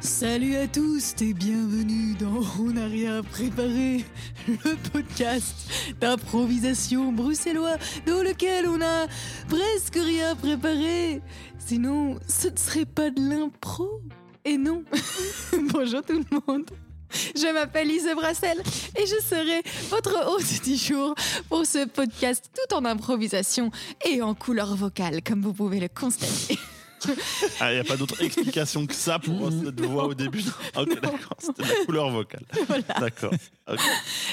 Salut à tous et bienvenue dans On n'a rien préparé, le podcast d'improvisation bruxellois dans lequel on a presque rien préparé. Sinon, ce ne serait pas de l'impro. Et non. Bonjour tout le monde. Je m'appelle Lise Brassel et je serai votre hôte du jour pour ce podcast tout en improvisation et en couleur vocale, comme vous pouvez le constater. Il n'y Ah, a pas d'autre explication que ça pour cette voix au début. Ah, ok, d'accord. C'était la couleur vocale. D'accord. Ok.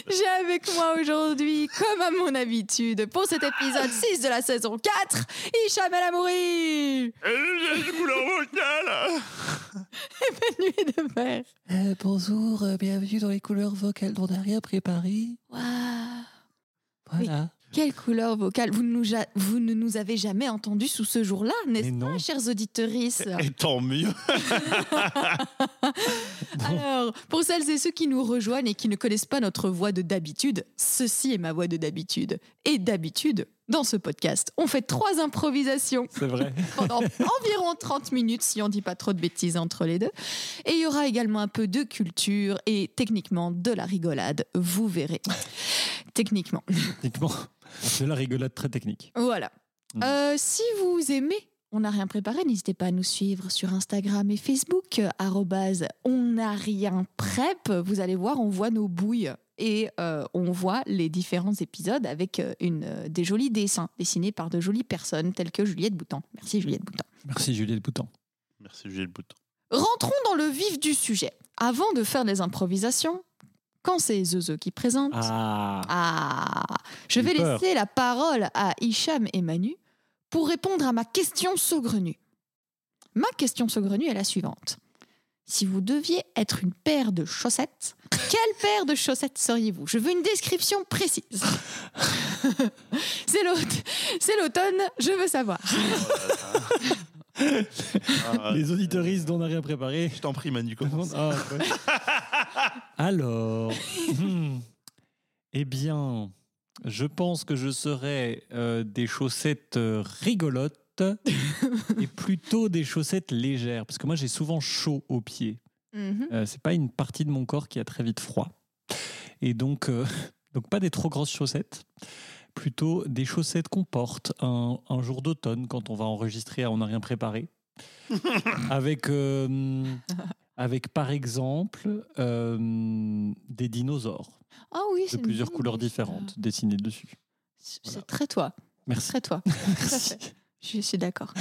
J'ai avec moi aujourd'hui, comme à mon habitude, pour cet épisode 6 de la saison 4, Hicham El Amouri Nuit de mer. Euh, bonjour, euh, bienvenue dans les couleurs vocales dont on n'a rien préparé. Waouh Voilà. Quelle couleur vocale vous, ne nous ja- vous ne nous avez jamais entendu sous ce jour-là, n'est-ce Mais non. pas, chers auditrices Et tant mieux. Alors, pour celles et ceux qui nous rejoignent et qui ne connaissent pas notre voix de d'habitude, ceci est ma voix de d'habitude. Et d'habitude, dans ce podcast, on fait trois improvisations. C'est vrai. pendant environ 30 minutes, si on dit pas trop de bêtises entre les deux. Et il y aura également un peu de culture et techniquement de la rigolade, vous verrez. Techniquement. Techniquement, de la rigolade très technique. Voilà. Euh, si vous aimez, on n'a rien préparé, n'hésitez pas à nous suivre sur Instagram et Facebook, euh, arrobase on n'a rien prep. Vous allez voir, on voit nos bouilles et euh, on voit les différents épisodes avec euh, une, euh, des jolis dessins dessinés par de jolies personnes telles que Juliette Boutan. Merci Juliette Boutan. Merci Juliette Boutan. Merci, Gilles Bouton. Rentrons dans le vif du sujet. Avant de faire des improvisations, quand c'est Zeuze qui présente, Ah, Ah. je J'ai vais eu peur. laisser la parole à Hicham et Manu pour répondre à ma question saugrenue. Ma question saugrenue est la suivante. Si vous deviez être une paire de chaussettes, quelle paire de chaussettes seriez-vous Je veux une description précise. c'est l'aut- c'est l'automne, je veux savoir. Ah, Les auditoristes dont on n'a rien préparé. Je t'en prie, Manu, commence. Ah, ouais. Alors, hmm, eh bien, je pense que je serais euh, des chaussettes euh, rigolotes et plutôt des chaussettes légères, parce que moi j'ai souvent chaud aux pieds. Mhm. Euh, c'est pas une partie de mon corps qui a très vite froid. Et donc, euh, donc pas des trop grosses chaussettes, plutôt des chaussettes qu'on porte un, un jour d'automne quand on va enregistrer, à on n'a rien préparé. avec, euh, avec par exemple euh, des dinosaures Ah oui, de une plusieurs bonne couleurs idée, ça. différentes dessinées dessus. C'est Voilà. très toi, Merci. très toi. Merci. Je suis d'accord.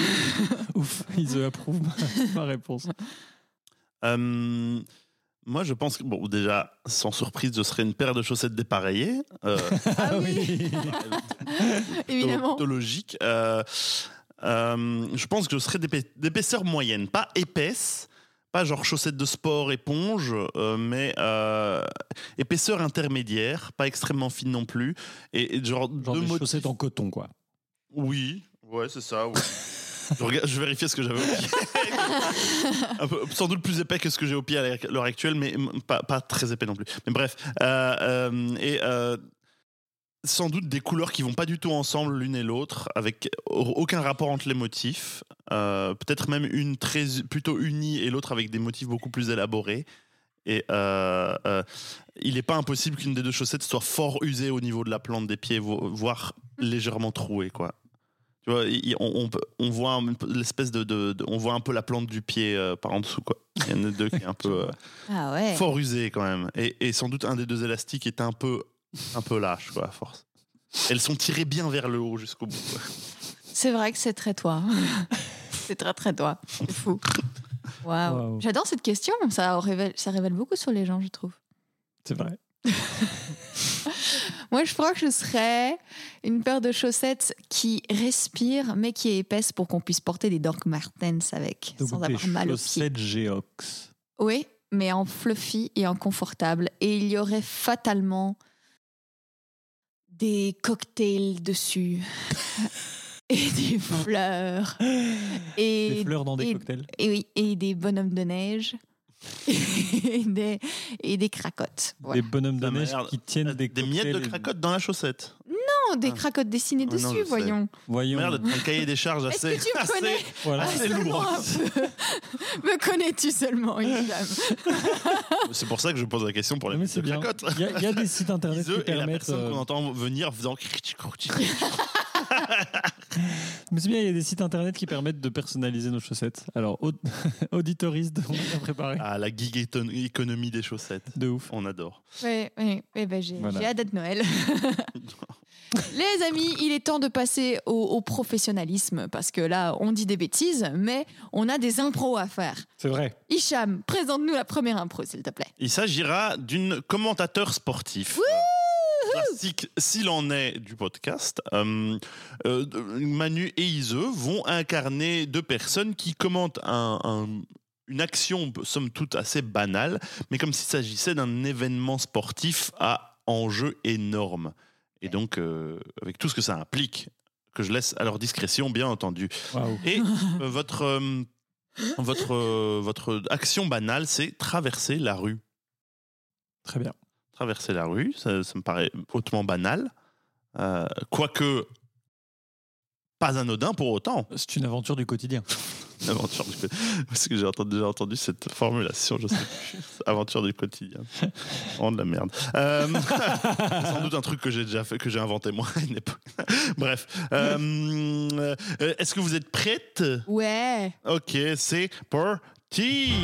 Ouf, ils euh, approuvent ma- ma réponse. Euh, moi, je pense que, bon, déjà, sans surprise, je serais une paire de chaussettes dépareillées. Euh, Ah oui. Évidemment. plutôt logique. Euh, euh, je pense que je serais d'épais- d'épaisseur moyenne, pas épaisse, pas genre chaussettes de sport éponge, euh, mais euh, épaisseur intermédiaire, pas extrêmement fine non plus. Et, et genre, Genre deux des motifs- chaussettes en coton, quoi. Oui, ouais, c'est ça. oui. je, regarde- je vérifiais ce que j'avais au pied. Un peu- sans doute plus épais que ce que j'ai au pied à l'heure- l'heure actuelle, mais mm, pas, pas très épais non plus. Mais bref. euh, euh, et euh, sans doute des couleurs qui vont pas du tout ensemble l'une et l'autre, avec au- aucun rapport entre les motifs. Euh, Peut-être même une très plutôt unie et l'autre avec des motifs beaucoup plus élaborés. Et euh, euh, il n'est pas impossible qu'une des deux chaussettes soit fort usée au niveau de la plante des pieds, vo- voire légèrement trouée, quoi. Tu vois, il- il- on, on peut- on voit un peu l'espèce de, de- de- on voit un peu la plante du pied euh, par en dessous, quoi. Il y en a deux qui est un peu euh, Ah ouais. fort usé quand même, et, et sans doute un des deux élastiques est un peu, un peu lâche, quoi, à force. Elles sont tirées bien vers le haut jusqu'au bout. quoi. C'est vrai que c'est très toi. c'est très très toi. C'est fou. Waouh. Waouh. J'adore cette question. Ça révèle, ça révèle beaucoup sur les gens, je trouve. C'est vrai. Moi, je crois que je serais une paire de chaussettes qui respire, mais qui est épaisse pour qu'on puisse porter des Doc Martens avec, Donc sans des avoir mal aux pieds. chaussettes Geox. Oui, mais en fluffy et en confortable. Et il y aurait fatalement des cocktails dessus. et des fleurs. Et Des fleurs dans des et- cocktails. Et oui, et des bonhommes de neige. et, des, et des cracottes. Voilà. Des bonhommes de Ça m'a neige l'air- qui tiennent des Des miettes de cocktails et- cracotte dans la chaussette. Non, des cracottes dessinées Oh non, je dessus, sais. voyons. Voyons. Merde, Ah, t'as un cahier des charges Est-ce assez. que tu me assez- connais Voilà. assez Seulement lourd. un peu. Me connais-tu seulement, une femme C'est pour ça que je pose la question pour les Mais c'est bien. cracottes. Il y, a- il y a des sites internet qui Eux et la permettent. personne euh, qu'on entend venir en faisant. cric, cric, cric, cric. Mais c'est bien, il y a des sites internet qui permettent de personnaliser nos chaussettes. Alors, au- auditoriste, on a préparé. Ah, la gig éton- économie des chaussettes. De ouf. On adore. Oui, oui, oui, ben j'ai Voilà. j'ai hâte de Noël. Les amis, il est temps de passer au, au professionnalisme parce que là, on dit des bêtises, mais on a des impros à faire. C'est vrai. Hicham, présente-nous la première impro, s'il te plaît. Il s'agira d'une commentateur sportif. Euh, Wouhou Classique, s'il en est du podcast, Euh, euh, Manu et Ise vont incarner deux personnes qui commentent un- un- une action, somme toute, assez banale, mais comme s'il s'agissait d'un événement sportif à enjeu énorme. Et donc, euh, avec tout ce que ça implique, que je laisse à leur discrétion, bien entendu. Waouh. Et euh, votre, euh, votre, euh, votre action banale, c'est traverser la rue. Très bien. Traverser la rue, ça, ça me paraît hautement banal. Euh, quoique, pas anodin pour autant. C'est une aventure du quotidien. Aventure du quotidien. Parce que j'ai entendu, déjà entendu cette formulation, je sais plus. Aventure du quotidien. Oh de la merde. Euh, sans doute un truc que j'ai déjà fait, que j'ai inventé moi à une époque. Bref. Euh, euh, Est-ce que vous êtes prête Ouais. Ok, c'est parti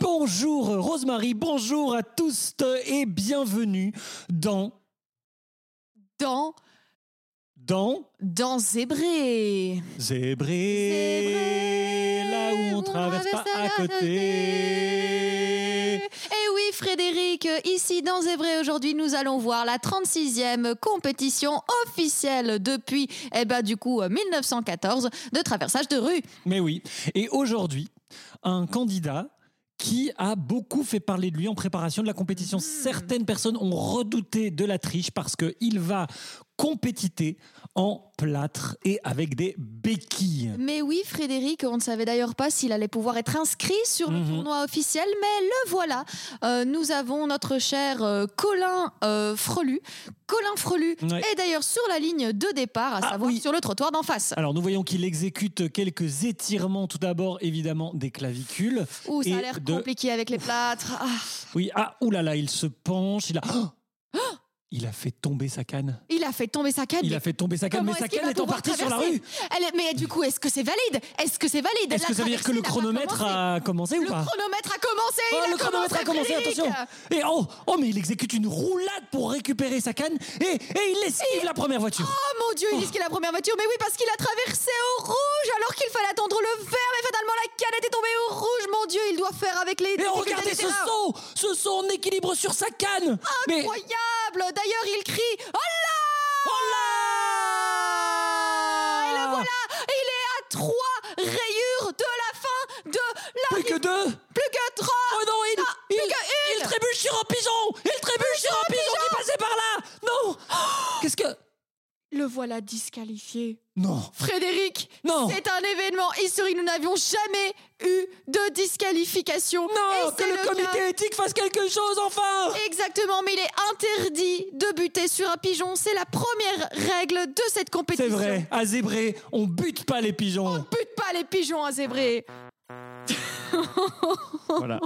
Bonjour euh, Rosemary, bonjour à tous euh, et bienvenue dans Dans, dans dans Zébré. Zébré, là où on traverse pas à côté. Et Eh oui, Frédéric, ici dans Zébré, aujourd'hui, nous allons voir la 36e compétition officielle depuis, eh ben, du coup, 1914 de traversage de rue. Mais oui, et aujourd'hui, un candidat qui a beaucoup fait parler de lui en préparation de la compétition. Certaines personnes ont redouté de la triche parce qu'il va compétiter en plâtre et avec des béquilles. Mais oui, Frédéric, on ne savait d'ailleurs pas s'il allait pouvoir être inscrit sur le Mhm. tournoi officiel, mais le voilà. Euh, nous avons notre cher euh, Colin euh, Frelu. Colin Frelu Ouais. est d'ailleurs sur la ligne de départ, à Ah savoir oui. sur le trottoir d'en face. Alors nous voyons qu'il exécute quelques étirements, tout d'abord évidemment des clavicules. Ouh, ça a et l'air de- compliqué avec les plâtres. Ah, Oui, ah oulala, il se penche, il a... Oh Il a fait tomber sa canne. il a fait tomber sa canne. Il a fait tomber sa canne, Comment mais sa est-ce qu'il canne va est en pouvoir partie sur la traverser rue. Elle est- Mais du coup, est-ce que c'est valide Est-ce que c'est valide Est-ce La que ça veut dire que traversée le n'a pas chronomètre commencé. a commencé ou Le pas chronomètre a commencé Oh, il le chronomètre a commencé, Frédéric attention Et oh, oh, mais il exécute une roulade pour récupérer sa canne et, et il esquive la première voiture. Oh mon dieu, il risquait la première voiture, mais oui, parce qu'il a traversé au rouge alors qu'il fallait attendre le vert, mais finalement la canne était tombée au rouge. Mon dieu, il doit faire avec les. Et difficultés regardez du ce terrain. saut Ce saut en équilibre sur sa canne Mais oh Incroyable D'ailleurs, il crie Oh là là Et le voilà Il est à trois rayures de la fin de la. Plus que deux Plus que trois Oh non, il, Ah, il, que une. il trébuche sur un pigeon Il trébuche sur un pigeon qui passait par là Non Oh. Qu'est-ce que... Le voilà disqualifié. Non Frédéric, Non. c'est un événement historique. Nous n'avions jamais eu de disqualification. Non Et Que c'est le cas. comité éthique fasse quelque chose, enfin Exactement, mais il est interdit de buter sur un pigeon. C'est la première règle de cette C'est compétition. vrai, à Zébré, on bute pas les pigeons Bute pas les pigeons, hein, c'est vrai. Oh, Voilà.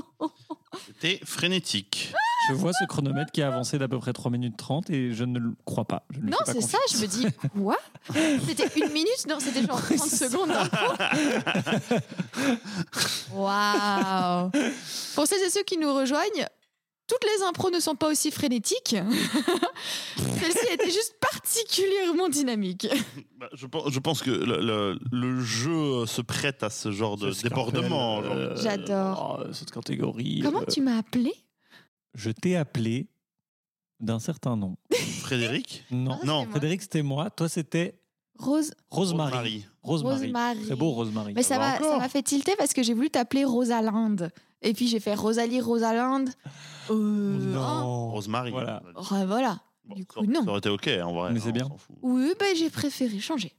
C'était frénétique. Je vois ce chronomètre qui a avancé d'à peu près 3 minutes 30 et je ne le crois pas. Je ne lui Non, fais c'est pas ça, je me dis, quoi C'était une minute Non, c'était genre 30 c'est ça. secondes d'impro. Waouh Pour celles et ceux qui nous rejoignent, toutes les impros ne sont pas aussi frénétiques. Celle-ci était juste particulièrement dynamique. Bah, Je pense, je pense que le, le- le jeu euh, se prête à ce genre de Ce débordement. scalpel, genre. euh, J'adore. oh, cette catégorie. Comment euh, tu m'as appelé Je t'ai appelé d'un certain nom. Frédéric Non. Ah, non, c'est moi. Frédéric, c'était moi. Toi, c'était Rose Rosemary. Rosemary. Rosemary. Très beau, Rosemary. Mais ça va m'a, ça encore. m'a fait tilter parce que j'ai voulu t'appeler Rosalinde. Et puis j'ai fait Rosalie, Rosalinde. Euh, hein. Non. Rosemary. Voilà. Oh, voilà. Bon, Du ça- coup, non. Ça aurait été OK, hein, en vrai. Mais c'est on bien. s'en fout. Oui, ben j'ai préféré changer.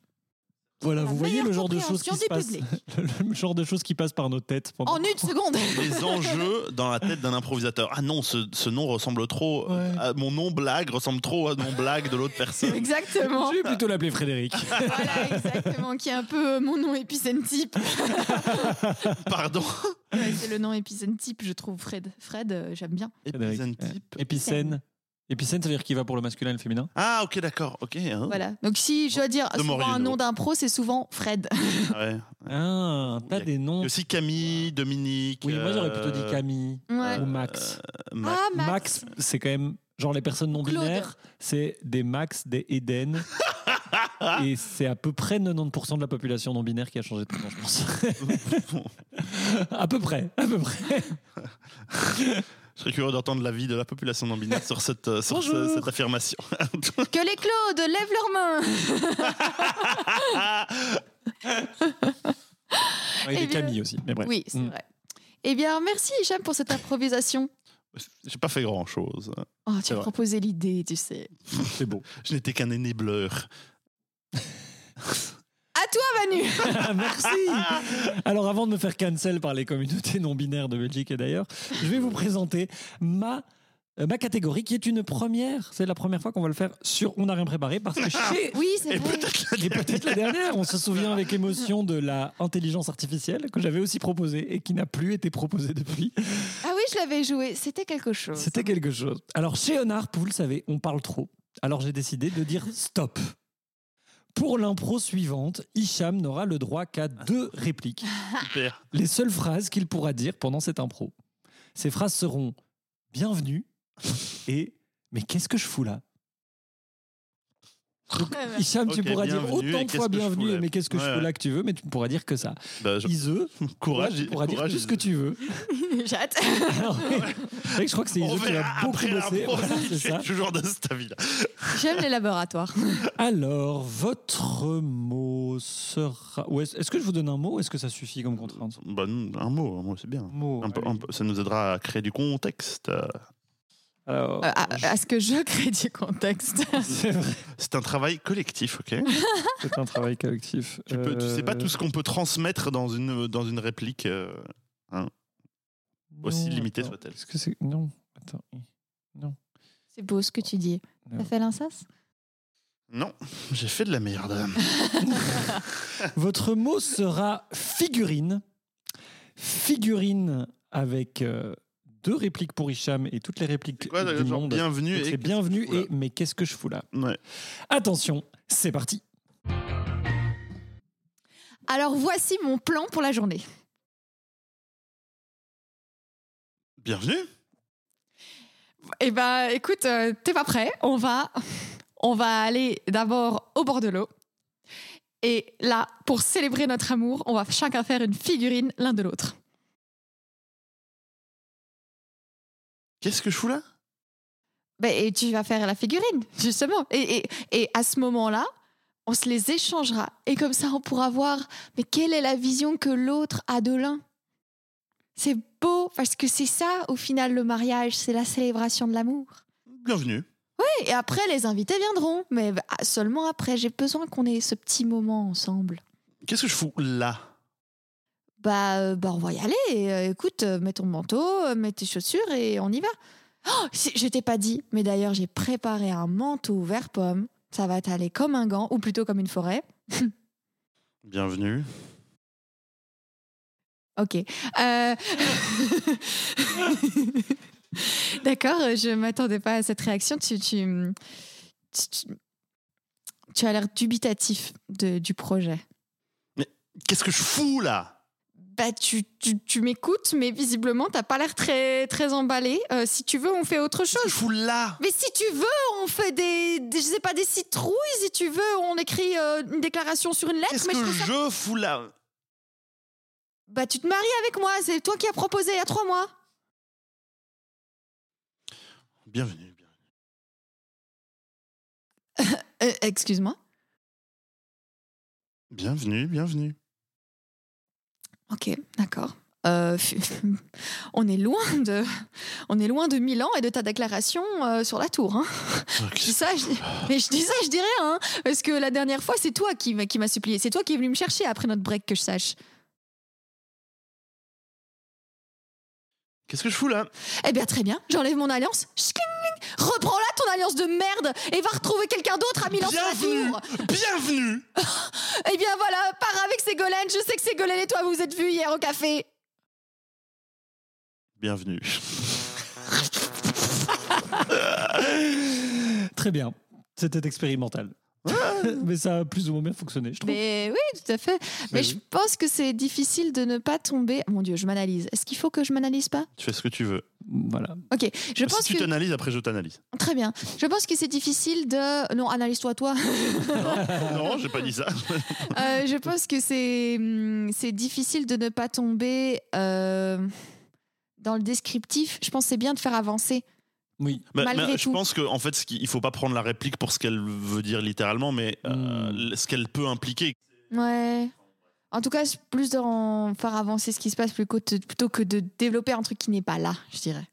Voilà, La Euh, vous voyez le meilleure genre de choses qui compréhension se du passe, public. le, le genre de choses qui passent par nos têtes. pendant- En une seconde. les enjeux dans la tête d'un improvisateur. Ah non, ce, ce nom ressemble trop. euh, Ouais. à- mon nom blague ressemble trop à mon blague de l'autre personne. Exactement. Je vais plutôt l'appeler Frédéric. Ah, Voilà, exactement, qui est un peu euh, mon nom épicène-type. Pardon. Ouais, c'est le nom épicène-type, je trouve, Fred. Fred, euh, j'aime bien. Frédéric. Euh, Épicène type. Épicène. Épicène, ça veut dire qu'il va pour le masculin et le féminin. Ah ok d'accord ok. hein. Voilà. Donc si je dois dire De souvent Maurice un Géraud. nom d'impro, c'est souvent Fred. Ouais. Ah, Il t'as y a- des Il y noms. a aussi Camille, Dominique. Oui, moi j'aurais euh, plutôt dit Camille Ouais. ou Max. euh, Max. Ah, Max. Max, c'est quand même genre les personnes non Claude. binaires, c'est des Max, des Eden. Et c'est à peu près 90% de la population non binaire qui a changé de prénom, je pense. à peu près, à peu près. Je serais curieux d'entendre l'avis de la population non binaire sur cette euh, sur ce- Bonjour. cette affirmation. Que les Claudes lèvent leurs mains. Eh Et des bien- Camille aussi, mais bref. Oui, c'est Mm. vrai. Eh bien, merci Hicham pour cette improvisation. J'ai pas fait grand chose. Oh, tu C'est as vrai. proposé l'idée, tu sais. C'est beau. Je n'étais qu'un énébleur. À toi, Ah, Manu. Merci. Alors, avant de me faire cancel par les communautés non binaires de Belgique et d'ailleurs, je vais vous présenter ma euh, ma catégorie qui est une première. C'est la première fois qu'on va le faire sur On n'a rien préparé parce que chez Oui, c'est Et vrai. peut-être la Et peut-être la dernière, on se souvient avec émotion de la intelligence artificielle que j'avais aussi proposée et qui n'a plus été proposée depuis. Ah oui, je l'avais joué. C'était quelque chose. C'était quelque chose. Alors chez Onarp, vous le savez, on parle trop. Alors j'ai décidé de dire stop. Pour l'impro suivante, Hicham n'aura le droit qu'à deux répliques, super. les seules phrases qu'il pourra dire pendant cette impro. Ces phrases seront bienvenue et mais qu'est-ce que je fous là Donc, Hicham, tu Ok, pourras dire bienvenue et autant de qu'est-ce fois que je fous bienvenue et là mais qu'est-ce que je Ouais, fous là ouais. que tu veux, mais tu ne pourras dire que ça. Bah, je- Iseux, Courage. tu pourras dire courage, tout ce que tu veux. J'ai hâte. Alors, oui. C'est vrai que je crois que c'est On Iso qui verra a beaucoup après la bossé. Voilà, prochaine. c'est ça. Toujours de cet avis-là. J'aime les laboratoires. Alors, votre mot sera. Ouais, Est-ce que je vous donne un mot ou est-ce que ça suffit comme contrainte Bah, non, un mot, un mot, c'est bien. Mot. Un peu- un peu- ça nous aidera à créer du contexte. euh. Alors, Euh, à, à ce que je crée du contexte. c'est vrai, C'est un travail collectif, ok c'est un travail collectif. Tu peux, tu sais pas Euh, tout ce qu'on peut transmettre dans une, dans une réplique. euh, aussi non, limité attends. soit-elle. Est-ce que c'est. Non, attends. Non. C'est beau ce que tu dis. Non. Ça fait l'insas Non, j'ai fait de la merde. Votre mot sera figurine. Figurine avec euh, deux répliques pour Hicham et toutes les répliques Quoi, du genre, monde. bienvenue Donc, et... C'est bienvenue fous là et mais qu'est-ce que je fous là Ouais. Attention, c'est parti. Alors voici mon plan pour la journée. Bienvenue Eh ben, écoute, euh, t'es pas prêt. On va, on va aller d'abord au bord de l'eau. Et là, pour célébrer notre amour, on va chacun faire une figurine l'un de l'autre. Qu'est-ce que je fous là Ben, et tu vas faire la figurine, justement. Et, et, et à ce moment-là, on se les échangera. Et comme ça, on pourra voir, mais quelle est la vision que l'autre a de l'un C'est beau, parce que c'est ça, au final, le mariage, c'est la célébration de l'amour. Bienvenue. Et après, les invités viendront, mais bah, seulement après. J'ai besoin qu'on ait ce petit moment ensemble. Qu'est-ce que je fous là Bah, euh, bah on va y aller. Et, euh, écoute, euh, mets ton manteau, euh, mets tes chaussures et on y va. Oh, si- je t'ai pas dit, mais d'ailleurs, j'ai préparé un manteau vert pomme. Ça va t'aller comme un gant, ou plutôt comme une forêt. Bienvenue. Ok. Euh, D'accord, euh, je m'attendais pas à cette réaction. Tu, tu, tu, tu- tu as l'air dubitatif de- du projet. Qu'est-ce que je fous là Bah, tu, tu, tu m'écoutes, mais visiblement, t'as pas l'air très, très emballé. Euh, si tu veux, on fait autre Qu'est-ce que chose. je fous là Mais si tu veux, on fait des, des- je sais pas, des citrouilles, si tu veux, on écrit euh, une déclaration sur une lettre. Qu'est-ce Mais je que trouve ça- je fous là Bah, tu te maries avec moi, c'est toi qui as proposé il y a trois mois. Bienvenue. bienvenue. Euh, excuse-moi. Bienvenue, bienvenue. Ok, d'accord. euh, on est loin de, on est loin de Milan et de ta déclaration euh, sur la tour. hein. Je dis ça, je, mais je dis ça, je dis rien, hein, parce que la dernière fois, c'est toi qui, m'a- qui m'as supplié, c'est toi qui es venu me chercher après notre break, que je sache. Qu'est-ce que je fous là Eh bien, très bien, j'enlève mon alliance. Schkling Reprends-la ton alliance de merde et va retrouver quelqu'un d'autre à Milan sur la Bienvenue tour. Bienvenue Eh bien voilà, pars avec Ségolène. Je sais que Ségolène et toi vous vous êtes vus hier au café. Bienvenue. Très bien. C'était expérimental. Mais ça a plus ou moins bien fonctionné, je trouve. Mais Eh oui, tout à fait. Mais Mais je oui. pense que c'est difficile de ne pas tomber. Mon Dieu, je m'analyse. Est-ce qu'il faut que je m'analyse pas Tu fais ce que tu veux. Voilà. Ok, je Ah, si pense tu que t'analyses, après je t'analyse. très bien. Je pense que c'est difficile de. Non, analyse-toi toi. non, j'ai pas dit ça. Euh, je pense que c'est hum, c'est difficile de ne pas tomber euh, dans le descriptif. Je pense que c'est bien de faire avancer. Oui. Mais- Malgré mais je tout. pense que en fait, ce qu'il- il faut pas prendre la réplique pour ce qu'elle veut dire littéralement, mais euh, Mm. ce qu'elle peut impliquer. Ouais. En tout cas, c'est plus de en faire avancer ce qui se passe plus qu'au- plutôt que de développer un truc qui n'est pas là, je dirais.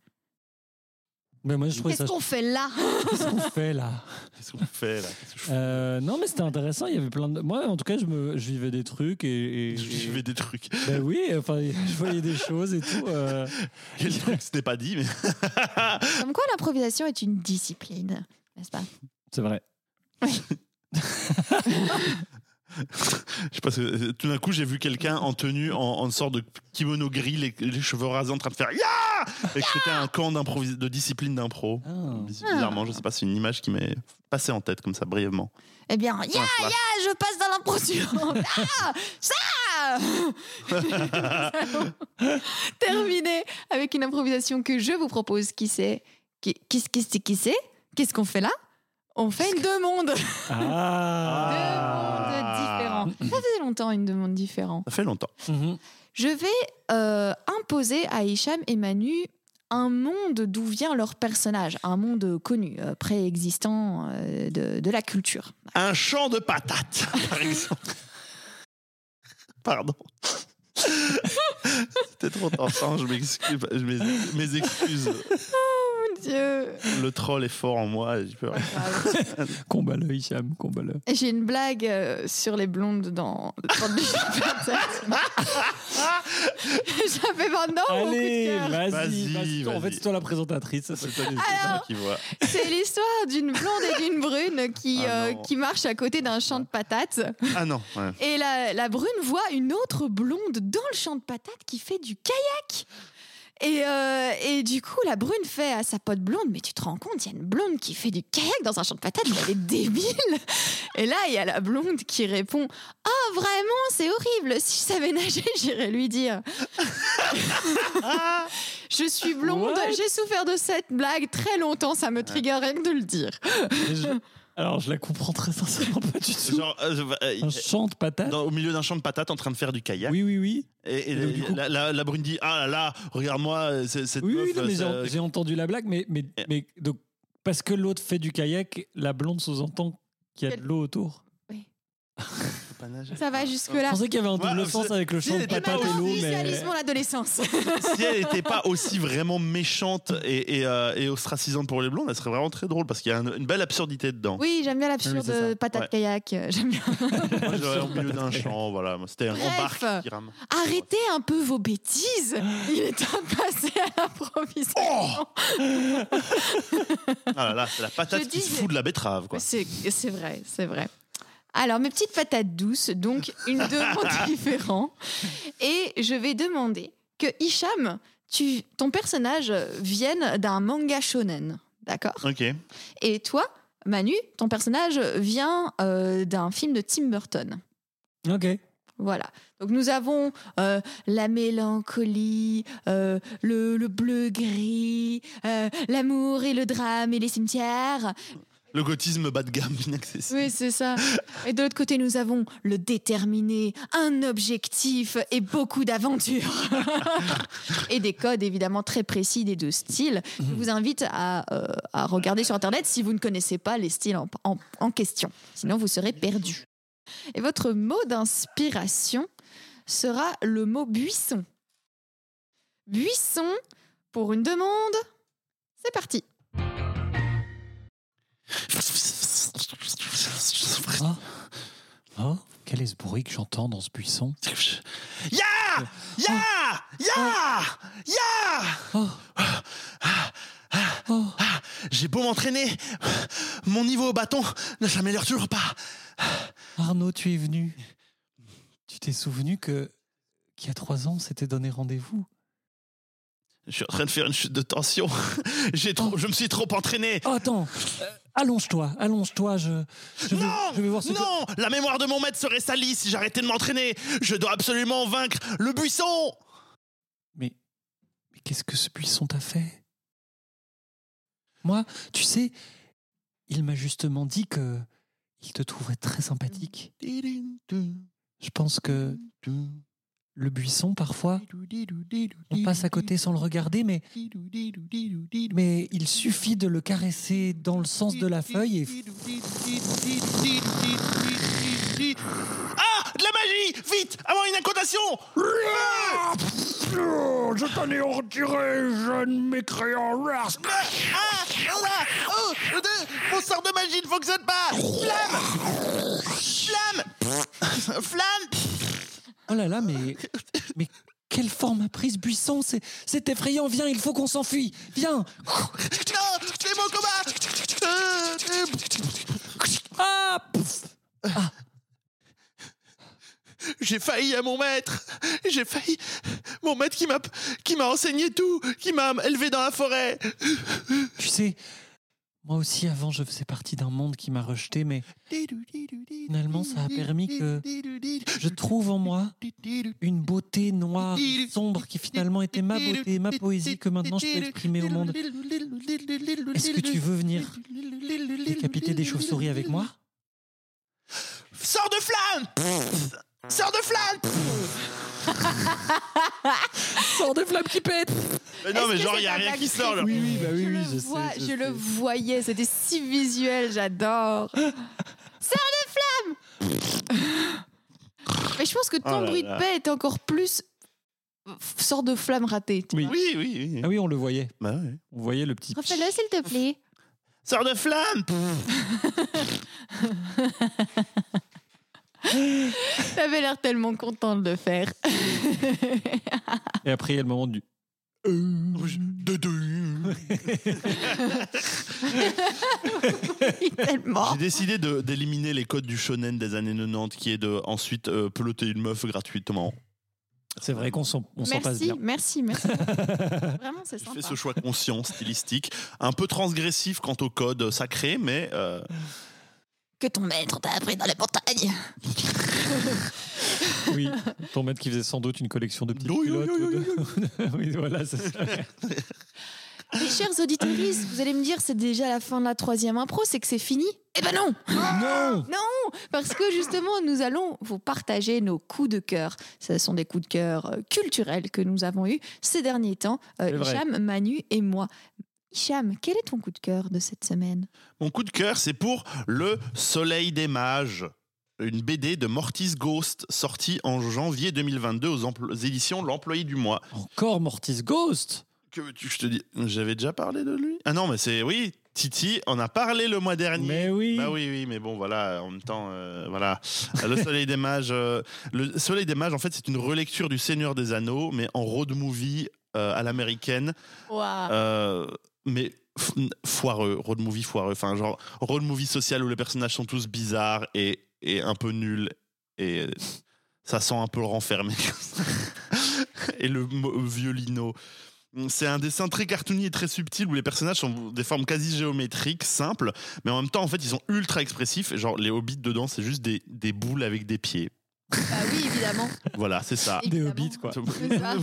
Mais moi, je trouvais Qu'est-ce ça. qu'on fait là Qu'est-ce qu'on fait là Qu'est-ce qu'on fait là Qu'est-ce que je fous Euh, Non, mais c'était intéressant. Il y avait plein de. Moi, en tout cas, je, me... je vivais des trucs et. et- Je je fais des trucs. Ben oui, enfin, je voyais des choses et tout. euh, Quel truc ce n'est pas dit, mais Comme quoi, l'improvisation est une discipline, n'est-ce pas C'est vrai. je sais pas. c'est- Tout d'un coup, j'ai vu quelqu'un en tenue, en, en sorte de kimono gris, les, les cheveux rasés, en train de faire Ya et que c'était un camp d'improvis- de discipline d'impro. Ah. Bizarrement, je sais pas, c'est une image qui m'est passée en tête comme ça brièvement. Eh bien, ya, Un flash. ya, je passe dans l'impro suivante. Ah Ça Terminé avec une improvisation que je vous propose qui c'est qui- Qu'est-ce qu'est-ce- qui c'est Qu'est-ce qu'on fait là On fait une demande Ah. Deux mondes différents. Ça faisait longtemps une demande différente. Ça fait longtemps. Mhm. Je vais euh, imposer à Hicham et Manu un monde d'où vient leur personnage, un monde connu, euh, préexistant euh, de, de la culture. Un champ de patates, par exemple. Pardon. C'était trop tentant, je m'excuse. je m'ex- Mes excuses. Mon Dieu Le troll est fort en moi et j'y peux rien. Combat le Hicham, combat le. J'ai une blague euh, sur les blondes dans le temps de J'avais 20 ans Oh, mon coup de Allez, cœur. vas-y, Vas-y, vas-y. toi. En fait, vas-y. c'est toi la présentatrice. ça, c'est toi les- C'est toi qui vois. C'est l'histoire d'une blonde et d'une brune qui, Ah euh, non. qui marchent à côté d'un champ de patates. Ah non. ouais. Et la, la brune voit une autre blonde dans le champ de patates qui fait du kayak. Et, euh, et du coup, la brune fait à sa pote blonde, mais tu te rends compte, il y a une blonde qui fait du kayak dans un champ de patates, mais elle est débile. Et là, il y a la blonde qui répond, oh vraiment, c'est horrible, si je savais nager, j'irais lui dire. je suis blonde, What j'ai souffert de cette blague très longtemps, ça me trigger rien que de le dire. Mais je- Alors, je la comprends très sincèrement pas du tout. Genre, euh, euh, Un chant de patate. dans- au milieu d'un champ de patates en train de faire du kayak. Oui, oui, oui. Et, et Et donc, du coup- la, la- la brune dit Ah là là, regarde-moi, c'est- cette Oui, meuf. euh, oui, non, mais ça- j'ai- j'ai entendu la blague, mais, mais, Eh. mais donc, parce que l'autre fait du kayak, la blonde sous-entend qu'il y a de Quel- l'eau autour. faut pas nager. Ça va Je jusque-là. pensais qu'il y avait un double Ouais, sens Bah, c'est- avec le si, champ de elle était patate pas et aussi l'eau, mais. Visualise mon adolescence. si elle n'était pas aussi vraiment méchante et, et, euh, et ostracisante pour les blondes, elle serait vraiment très drôle parce qu'il y a un- une belle absurdité dedans. Oui, j'aime bien l'absurde Oui, c'est ça. patate Ouais. kayak. euh, J'aime bien. Moi, j'aurais au milieu d'un champ, voilà. Moi, C'était un grand Bref. barque qui rame. Oh, Arrêtez un peu vos bêtises. Il est temps de passer à l'improvisation. Oh, Ah là là, c'est la patate Je qui se dis- fout de la betterave, quoi. c'est c'est vrai, c'est vrai. Alors, mes petites patates douces, donc une demande différente. Et je vais demander que Hicham, tu, ton personnage euh, vienne d'un manga shonen, d'accord Ok. Et toi, Manu, ton personnage vient euh, d'un film de Tim Burton. Ok. Voilà. Donc nous avons euh, la mélancolie, euh, le, le bleu gris, euh, l'amour et le drame et les cimetières. Le gothisme bas de gamme inaccessible. Oui, c'est ça. Et de l'autre côté, nous avons le déterminé, un objectif et beaucoup d'aventures. et des codes évidemment très précis des deux styles. Je vous invite à, euh, à regarder sur Internet si vous ne connaissez pas les styles en- en- en question. Sinon, vous serez perdu. Et votre mot d'inspiration sera le mot buisson. Buisson pour une demande. C'est parti. Ah. Oh, quel est ce bruit que j'entends dans ce buisson Ya Ya Ya Ya Oh, oh, J'ai beau m'entraîner, mon niveau au bâton ne s'améliore toujours pas. Arnaud, tu es venu. Tu t'es souvenu que qu'il y a trois ans, on s'était donné rendez-vous. Je suis en train de faire une chute de tension. J'ai trop, Oh. Ah, Je me suis trop entraîné. Oh, attends, euh, allonge-toi, allonge-toi. Je, je, vais, non je vais voir ce que- Non La mémoire de mon maître serait salie si j'arrêtais de m'entraîner. Je dois absolument vaincre le buisson Mais, mais qu'est-ce que ce buisson t'a fait Moi, tu sais, il m'a justement dit que il te trouverait très sympathique. Ah, Je pense que le buisson, parfois, on passe à côté sans le regarder, mais mais il suffit de le caresser dans le sens de la feuille et Ah De la magie Vite Avant une incantation Je t'en ai retiré, jeune mécréant Lars Ah Ah Oh de- Mon sort de magie ne fonctionne pas Flamme Flamme Flamme Oh là là, mais, mais quelle forme a pris ce buisson C'est c'est effrayant, viens, il faut qu'on s'enfuie Viens Non C'est mon combat Euh, euh, Ah Pouf J'ai failli à mon maître J'ai failli... Mon maître qui m'a qui m'a enseigné tout Qui m'a élevé dans la forêt Tu sais, moi aussi avant je faisais partie d'un monde qui m'a rejeté, mais Finalement, ça a permis que je trouve en moi une beauté noire, et sombre, qui finalement était ma beauté, ma poésie que maintenant je peux exprimer au monde. Est-ce que tu veux venir décapiter des chauves-souris avec moi Sors de flamme Sors de flamme Sors des flammes qui pètent Non, mais que genre, c'est il a ta rien blague qui sort, là. Oui, oui, bah oui, je oui, le je sais, vois, je je sais. le voyais, c'était si visuel, j'adore. Serre de flamme Mais je pense que ton Oh là bruit là. de paix était encore plus f- sort de flamme ratée. tu Oui. vois. Oui, oui, oui. Ah oui, on le voyait. Bah ouais. On voyait le petit... Refais-le s'il te plaît. Sors de flamme T'avais l'air tellement content de le faire. Et après, il y a le moment du... Euh, tellement. J'ai décidé de- d'éliminer les codes du shonen des années 90 qui est de ensuite euh, peloter une meuf gratuitement. C'est vrai qu'on s'en on s'en passe Merci, bien. merci, merci. Vraiment, c'est J'ai sympa. fait ce choix conscient, stylistique, un peu transgressif quant au code sacré, mais euh, Que ton maître t'a appris dans les montagnes. Oui, ton maître qui faisait sans doute une collection de petites Oui, oui, culottes. oui, ou de- oui, voilà, c'est ça. Mes chers auditeurs, vous allez me dire, c'est déjà la fin de la troisième impro, c'est que c'est fini Eh ben non Non Parce que justement, nous allons vous partager nos coups de cœur. Ce sont des coups de cœur euh, culturels que nous avons eus ces derniers temps, euh, C'est vrai. Hicham, Manu et moi. Hicham, quel est ton coup de cœur de cette semaine mon coup de cœur, c'est pour Le Soleil des Mages, une BD de Mortis Ghost sortie en janvier 2022 aux, empl- aux éditions L'Employé du Mois. Encore Mortis Ghost Que veux-tu que je te dise J'avais déjà parlé de lui Ah non, mais c'est... Oui, Titi, on a parlé le mois dernier. Mais oui Bah oui, oui, mais bon, voilà, en même temps, euh, voilà. Le Soleil des Mages, euh, le Soleil des Mages, en fait, c'est une relecture du Seigneur des Anneaux, mais en road movie euh, à l'américaine, Ah. euh, mais f- foireux, road movie foireux, enfin, genre road movie social où les personnages sont tous bizarres et, et un peu nuls, et ça sent un peu le renfermé. et le mo- violino. C'est un dessin très cartoony et très subtil où les personnages sont des formes quasi géométriques, simples, mais en même temps, en fait, ils sont ultra expressifs. Et Genre, les hobbits dedans, c'est juste des, des boules avec des pieds. Bah oui, évidemment. Voilà, c'est ça. Des hobbits, quoi. C'est ça.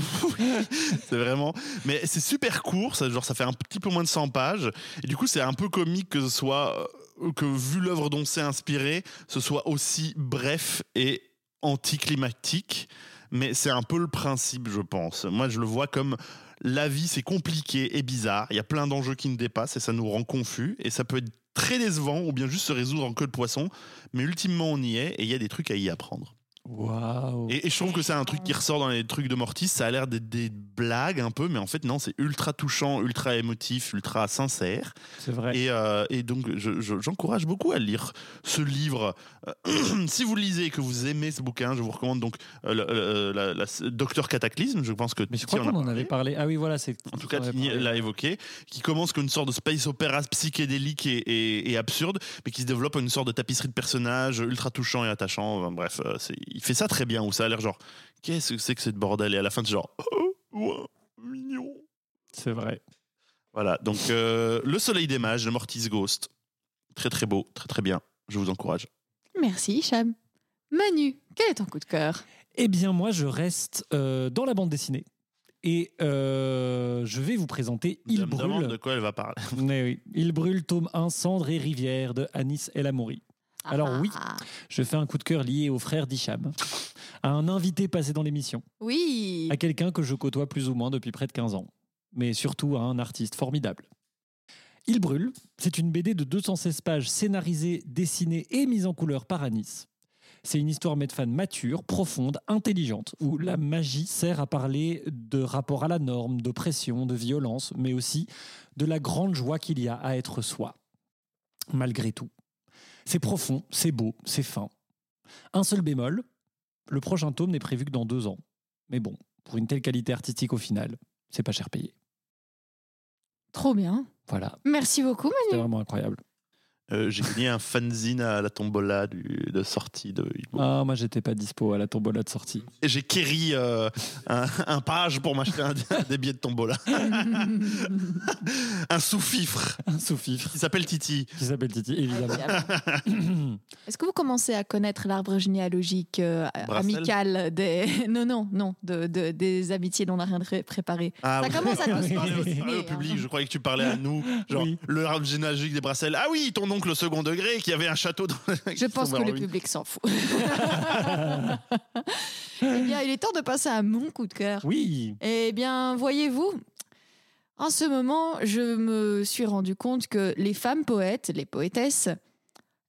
c'est vraiment. Mais c'est super court, ça, genre, ça fait un petit peu moins de 100 pages. Et du coup, c'est un peu comique que ce soit. euh, que vu l'œuvre dont c'est inspiré, ce soit aussi bref et anticlimatique. Mais c'est un peu le principe, je pense. Moi, je le vois comme. La vie, c'est compliqué et bizarre. Il y a plein d'enjeux qui nous dépassent et ça nous rend confus. Et ça peut être très décevant ou bien juste se résoudre en queue de poisson. Mais ultimement, on y est et il y a des trucs à y apprendre. Waouh. Et, et je trouve que c'est un truc qui ressort dans les trucs de Mortis. Ça a l'air d'être des blagues un peu, mais en fait, non, c'est ultra touchant, ultra émotif, ultra sincère. C'est vrai. Et, euh, et donc, je- je- j'encourage beaucoup à lire ce livre. Euh, si vous le lisez et que vous aimez ce bouquin, je vous recommande donc euh, le- le- la- la- Docteur Cataclysme. Je pense que Mais je Titi crois qu'on a en avait parlé. Ah oui, voilà, c'est. en tout cas, on en avait Tini parlé. l'a évoqué, qui commence comme une sorte de space opéra psychédélique et, et- et absurde, mais qui se développe en une sorte de tapisserie de personnages ultra touchant et attachant. Enfin, bref, euh, c'est- il fait ça très bien, où ça a l'air genre, qu'est-ce que c'est que ce bordel Et à la fin, c'est genre, oh, ouah, mignon. C'est vrai. Voilà, donc euh, Le Soleil des Mages de Mortis Ghost. Très très beau, très très bien. Je vous encourage. Merci, Hicham. Manu, quel est ton coup de cœur Eh bien, moi, je reste euh, dans la bande dessinée. Et euh, je vais vous présenter Je Il me demande de brûle. quoi elle va parler. Mais oui, Il brûle, tome 1, Cendres et Rivière de Anis El Amouri. Alors oui. Ah, Je fais un coup de cœur lié au frère d'Hicham, à un invité passé dans l'émission, Oui. à quelqu'un que je côtoie plus ou moins depuis près de 15 ans, mais surtout à un artiste formidable. Il brûle, c'est une BD de 216 pages scénarisée, dessinée et mise en couleur par Anis. C'est une histoire fan mature, profonde, intelligente, où la magie sert à parler de rapport à la norme, d'oppression, de violence, mais aussi de la grande joie qu'il y a à être soi, malgré tout. C'est profond, c'est beau, c'est fin. Un seul bémol, le prochain tome n'est prévu que dans deux ans. Mais bon, pour une telle qualité artistique au final, c'est pas cher payé. Trop bien. Voilà, Merci beaucoup, Manu. c'était vraiment incroyable. Euh, J'ai gagné un fanzine à la tombola du- de sortie de Il brûle. Ah, moi j'étais pas dispo à la tombola de sortie. Et j'ai quéri euh, un, un page pour m'acheter un, des billets de tombola. un sous-fifre Un sous-fifre qui s'appelle Titi. qui s'appelle Titi, évidemment. Ah, Est-ce que vous commencez à connaître l'arbre généalogique euh, Brassel amical des... Non, non, non, de, de- des amitiés dont on n'a rien de préparé. Ah, Ça commence à oui. nous Tu parlais au- tu transformer, parlais au hein. public, je croyais que tu parlais à nous. Genre, Oui. le rap généalogique des Brassels. Ah oui, ton oncle au second degré qui avait un château dans Je pense que le public s'en fout. eh bien, il est temps de passer à mon coup de cœur. Oui, Eh bien, voyez-vous, en ce moment, je me suis rendu compte que les femmes poètes, les poétesses,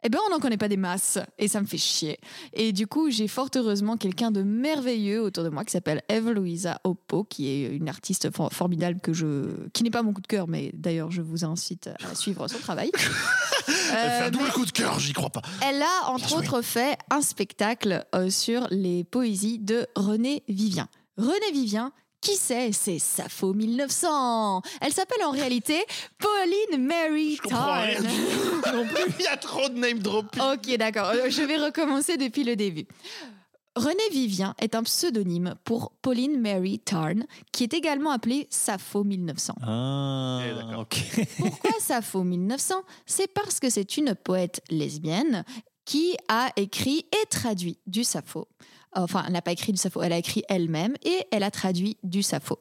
eh ben, on n'en connaît pas des masses et ça me fait chier. Et du coup, j'ai fort heureusement quelqu'un de merveilleux autour de moi qui s'appelle Eve Louisa Oppo, qui est une artiste for- formidable que je, qui n'est pas mon coup de cœur, mais d'ailleurs, je vous incite à suivre son travail. Elle fait Euh, un double coup de cœur, j'y crois pas. elle a entre joué. autres fait un spectacle euh, sur les poésies de René Vivien. René Vivien, qui c'est C'est Sappho 1900. Elle s'appelle en réalité Pauline Mary Je comprends rien Tarn. du Il y a trop de name dropping. Ok, d'accord. Euh, Je vais recommencer depuis le début. René Vivien est un pseudonyme pour Pauline Mary Tarn, qui est également appelée Sappho 1900. ah, Ok, Eh, d'accord. ok. Pourquoi Sappho 1900 C'est parce que c'est une poète lesbienne qui a écrit et traduit du Sappho. Enfin, elle n'a pas écrit du Sappho, elle a écrit elle-même et elle a traduit du Sappho.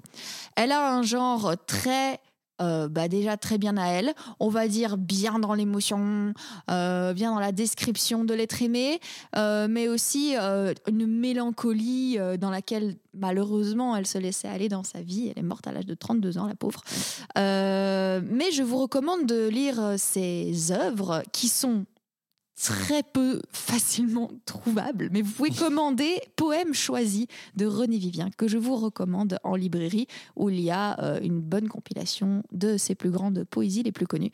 Elle a un genre très... euh, bah déjà très bien à elle, on va dire bien dans l'émotion, euh, bien dans la description de l'être aimé, euh, mais aussi euh, une mélancolie euh, dans laquelle malheureusement elle se laissait aller dans sa vie, elle est morte à l'âge de 32 ans la pauvre. Euh, mais je vous recommande de lire euh, ses œuvres qui sont très peu facilement trouvables. Mais vous pouvez commander Poème choisi de René Vivien, que je vous recommande en librairie, où il y a euh, une bonne compilation de ses plus grandes poésies les plus connues.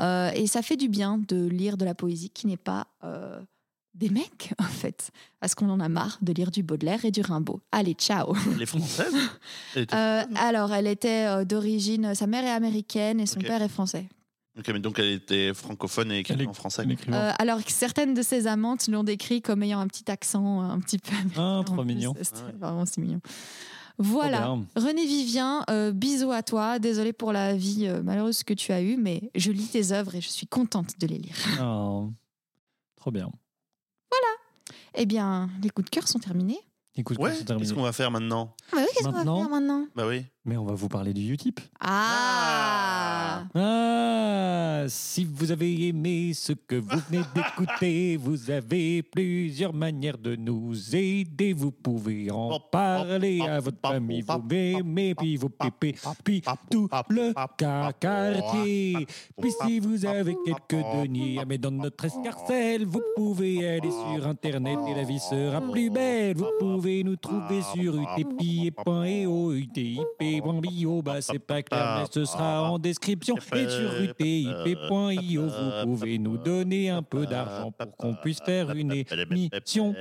Euh, et ça fait du bien de lire de la poésie qui n'est pas euh, des mecs, en fait, parce qu'on en a marre de lire du Baudelaire et du Rimbaud. Allez, ciao Elle est française Elle était- euh, alors, elle était euh, d'origine, sa mère est américaine et son Ok. père est français. Ok, mais donc elle était francophone et écrite Elle est- en français. Un écrivain. Euh, alors que certaines de ses amantes l'ont décrit comme ayant un petit accent euh, un petit peu. américain Ah, en trop plus. mignon. C'était Ouais. Vraiment, c'est mignon. Voilà. Trop bien. René Vivien, euh, bisous à toi. Désolée pour la vie euh, malheureuse que tu as eue, mais je lis tes œuvres et je suis contente de les lire. Ah, trop bien. Eh bien, les coups de cœur sont terminés. Écoute, Ouais, c'est qu'est-ce terminé. qu'on va faire maintenant Ah bah oui, qu'est-ce qu'on va Maintenant faire maintenant Bah oui. Ah. Mais on va vous parler du Utip. Ah, Ah Voilà, si vous avez aimé ce que vous venez d'écouter, vous avez plusieurs manières de nous aider. Vous pouvez en parler à votre famille, vos mémés, puis vos pépés, puis tout le ca- quartier. Puis si vous avez quelques deniers à mettre dans notre escarcelle, vous pouvez aller sur Internet et la vie sera plus belle. Vous pouvez nous trouver sur utpi.eo, utip.bio, bah c'est pas clair, mais ce sera en description. Et sur utip.io, vous pouvez nous donner un peu d'argent pour qu'on puisse faire une émission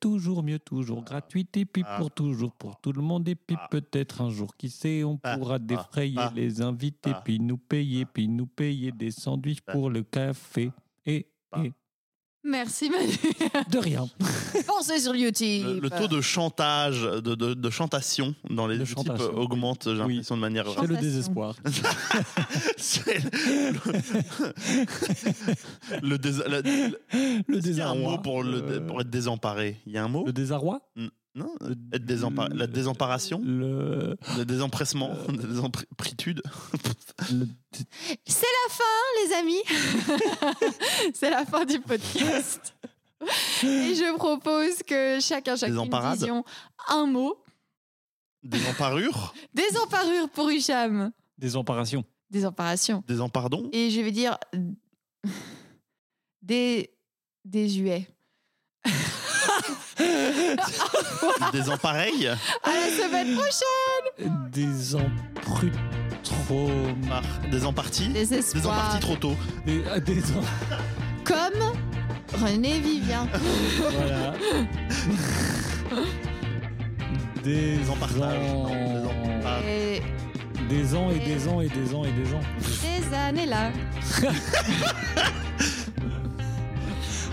toujours mieux, Ah. toujours gratuite, et puis pour toujours, pour tout le monde, et puis peut-être un jour, qui sait, on Ah. pourra défrayer les invités, puis nous payer, puis nous payer des Ah. sandwichs pour le café. Et, et Merci Manu. Ah. de rien. Pensez sur YouTube. Le, le taux de chantage, de, de, de chantation dans les De équipes chantation. augmente, j'ai l'impression, de manière. euh, C'est le désespoir. C'est le, le dés- la- la- Le il y a un désarroi. mot pour, le, Euh, pour être désemparé. Il y a un mot le désarroi Non le- être désempa- La désemparation Le, Euh. Le désempressement La désempritude le- C'est la fin, les amis. C'est la fin du podcast. Et je propose que chacun, chacune, emparades. disions un mot. Désemparure Désemparure pour Hicham. désemparation. Désemparation. Désempardon Et je vais dire des désuet. Désempareil À la semaine prochaine. Désemprut. Trop. Ah, Désemparti Désespoir. Désemparti trop tôt Des, ah, désem- Comme René Vivien. Voilà. Des Désempartage. ans. Désempartage. Et Des ans et des ans et des ans et des ans. des années là.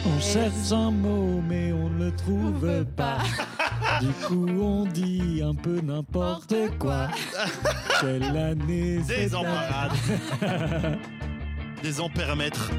On cherche un mot mais on ne le trouve pas. Du coup on dit un peu n'importe quoi. Quelle année c'est Désemparade Désempermettre